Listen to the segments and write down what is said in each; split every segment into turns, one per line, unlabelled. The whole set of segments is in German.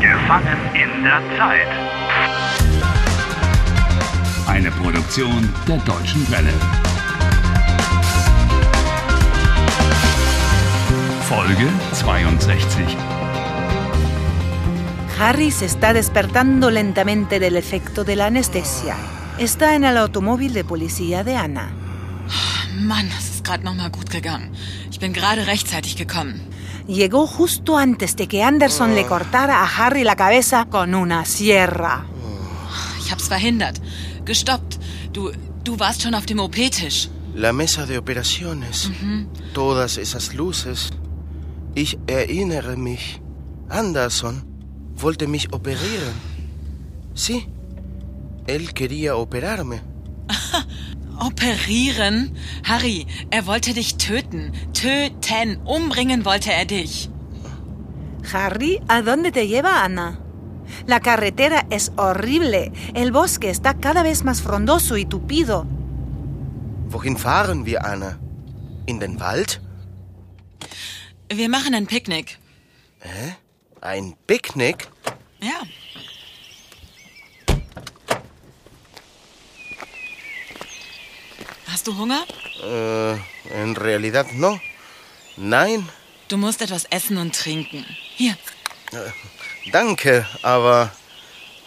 Gefangen in der Zeit.
Eine Produktion der Deutschen Welle. Folge 62.
Harry se está despertando lentamente del efecto de la anestesia. Está en el automóvil de policía de Anna.
Mann, das ist gerade noch mal gut gegangen. Ich bin gerade rechtzeitig gekommen.
Llegó justo antes de que Anderson le cortara a Harry la cabeza con una sierra.
Ich hab's verhindert. Gestoppt. Du, du warst schon auf dem OP-Tisch.
La mesa de operaciones. Todas esas luces. Ich erinnere mich. Anderson wollte mich operieren. Sí. Él quería operarme.
Operieren? Harry, er wollte dich töten. Töten. Umbringen wollte er dich.
Harry, ¿a dónde te lleva Anna? La carretera es horrible. El bosque está cada vez más frondoso y tupido.
Wohin fahren wir, Anna? In den Wald?
Wir machen ein Picknick.
Ein Picknick?
Ja. Hast du Hunger?
Äh, en realidad no. Nein,
Du musst etwas essen und trinken. Hier.
danke, aber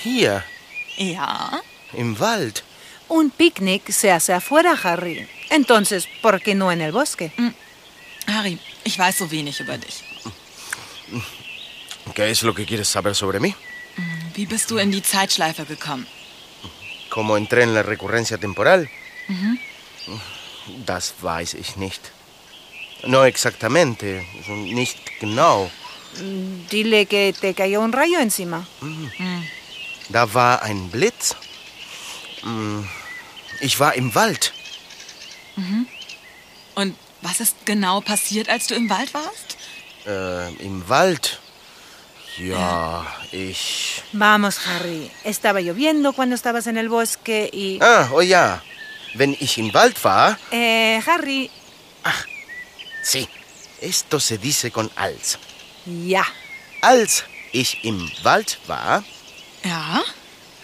hier
Ja.
im Wald.
Un picnic se hace afuera, Harry. Entonces, ¿por qué no en el bosque?
Harry, ich weiß so wenig über dich.
¿Qué es lo que quieres saber sobre mí?
Wie bist du in die Zeitschleife gekommen?
¿Cómo entré en la recurrencia temporal? Das weiß ich nicht. No exactamente, nicht genau.
Mm, Dile que te cayó un rayo encima.
Da war ein Blitz. Mm, Ich war im Wald.
Und was ist genau passiert, als du im Wald warst?
Äh, Im Wald. Ja, ich.
Vamos, Harry. Estaba lloviendo cuando estabas en el bosque y...
Ah, oh ja. Wenn ich im Wald war.
Eh, Harry,
Sí. Esto se dice con als.
ya.
Als ich im Wald war,
Ja?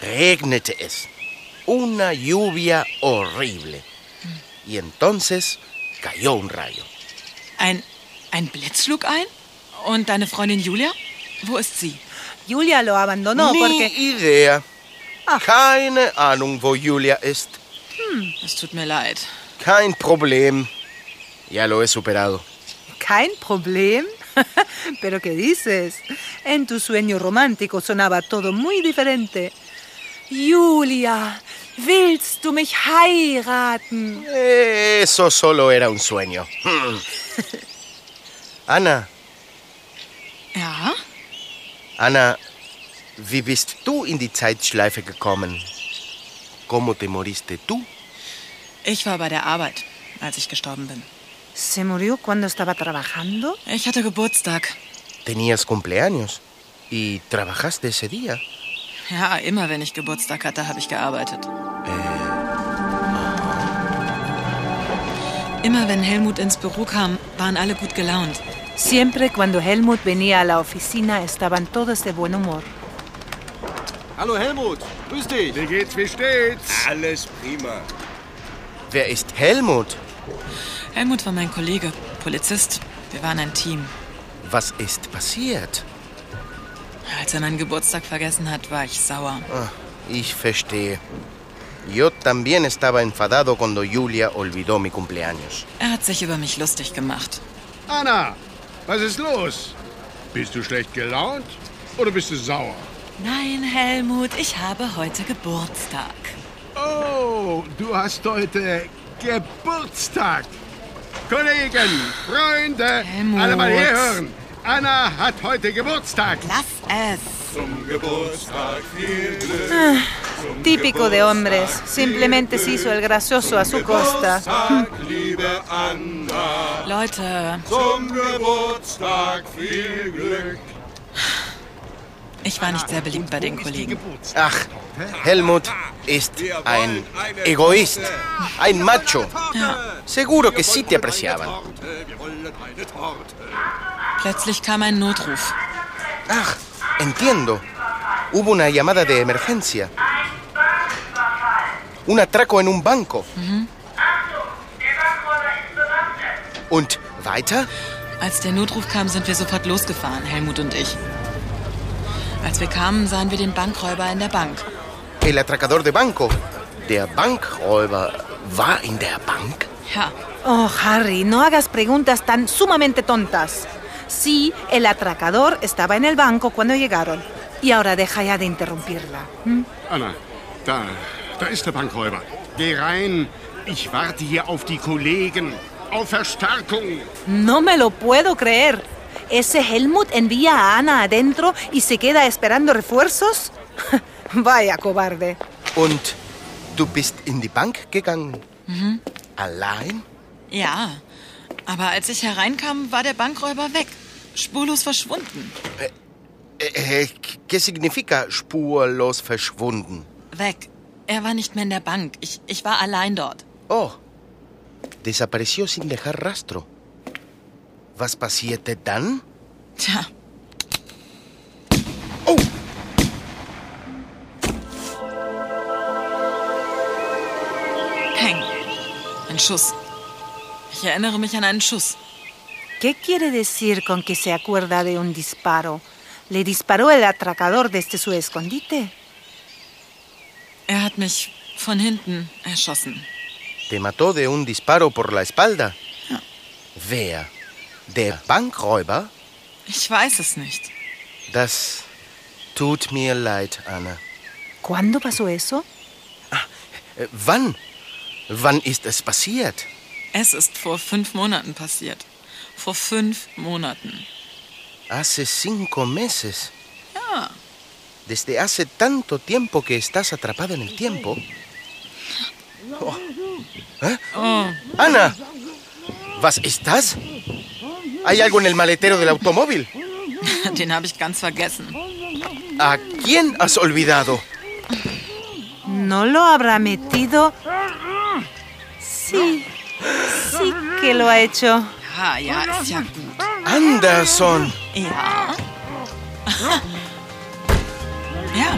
regnete es. Una lluvia horrible. Y entonces cayó un rayo.
Ein, ein Blitz schlug ein? Und deine Freundin Julia? Wo ist sie?
Julia lo abandonó
Ni
porque...
idea. Keine Ahnung, wo Julia ist.
Es tut mir leid.
Kein Problem. Ya lo he superado.
Kein Problem. Pero ¿qué dices? En tu sueño romántico sonaba todo muy diferente. Julia, willst du mich heiraten?
Eso solo era un sueño. Hmm. Anna,
Ja?
Anna, wie bist du in die Zeitschleife gekommen? ¿Cómo te moriste tú?
Ich war bei der Arbeit, als ich gestorben bin.
¿Se murió cuando estaba trabajando?
Ich hatte Geburtstag.
Tenías cumpleaños y trabajaste ese día.
Ja, immer wenn ich Geburtstag hatte, habe ich gearbeitet. Äh. Immer wenn Helmut ins Büro kam, waren alle gut gelaunt.
Siempre cuando Helmut venía a la oficina estaban todos de buen humor.
Hallo Helmut, grüß dich.
Wie geht's, wie steht's?
Alles prima.
Wer ist Helmut?
Helmut war mein Kollege, Polizist. Wir waren ein Team.
Was ist passiert?
Als er meinen Geburtstag vergessen hat, war ich sauer.
Ah, ich verstehe. Yo también estaba enfadado cuando Julia olvidó mi cumpleaños.
Er hat sich über mich lustig gemacht.
Anna, was ist los? Bist du schlecht gelaunt oder bist du sauer?
Nein, Helmut, ich habe heute Geburtstag.
Oh, du hast heute Geburtstag. Kollegen, Freunde,
Helmut.
alle mal herhören. Anna hat heute Geburtstag.
Lass es.
Típico de hombres, simplemente se hizo el gracioso a su costa.
Leute, ich war nicht sehr beliebt bei den Kollegen.
Ach, Helmut ist ein Egoist, ein Macho. Seguro que sí te apreciaban.
Plötzlich kam ein Notruf.
Ach, entiendo. Hubo una llamada de emergencia. Un atraco en un banco. Und weiter?
Als der Notruf kam, sind wir sofort losgefahren, Helmut und ich. Als wir kamen, sahen wir den Bankräuber in der Bank.
El atracador de banco. Der Bankräuber war in der Bank.
Ja,
Oh, Harry, no hagas preguntas tan sumamente tontas. Sí, el atracador estaba en el banco cuando llegaron. Y ahora deja ya de interrumpirla. ¿Mm? ¿m?
Anna, da, da ist der Bankräuber. Geh rein. Ich warte hier auf die Kollegen. Auf Verstärkung.
No me lo puedo creer. ¿Ese Helmut envía a Ana adentro y se queda esperando refuerzos? Vaya cobarde.
Und du bist in die Bank gegangen? Allein?
ja. Aber als ich hereinkam, war der Bankräuber weg. Spurlos verschwunden.
Äh, äh, ¿Qué significa spurlos verschwunden?
Weg. Er war nicht mehr in der Bank. Ich, ich war allein dort.
Oh, desapareció sin dejar rastro. Was passierte dann?
Tja,
Oh!
Peng. Ein Schuss. Ich erinnere mich an einen Schuss.
¿Qué quiere decir con que se acuerda de un disparo? ¿Le disparó el atracador desde su escondite?
Er hat mich von hinten erschossen.
Te mató de un disparo por la espalda. Wer? Der Bankräuber?
Ich weiß es nicht.
Das tut mir leid, Anna.
¿Cuándo pasó eso?
Äh, wann? Wann ist es passiert?
Es ist vor fünf Monaten passiert. Vor fünf Monaten.
Hace cinco meses.
Ja.
Desde hace tanto tiempo que estás atrapado en el tiempo. Oh. ¿Eh? Ana, ¿was estás? Hay algo en el maletero del automóvil.
Den habe ich ganz vergessen.
¿A quién has olvidado?
¿No lo habrá metido? Sí, sí que lo ha hecho.
Ja, ja, ist ja gut.
Anderson.
Ja. Ja.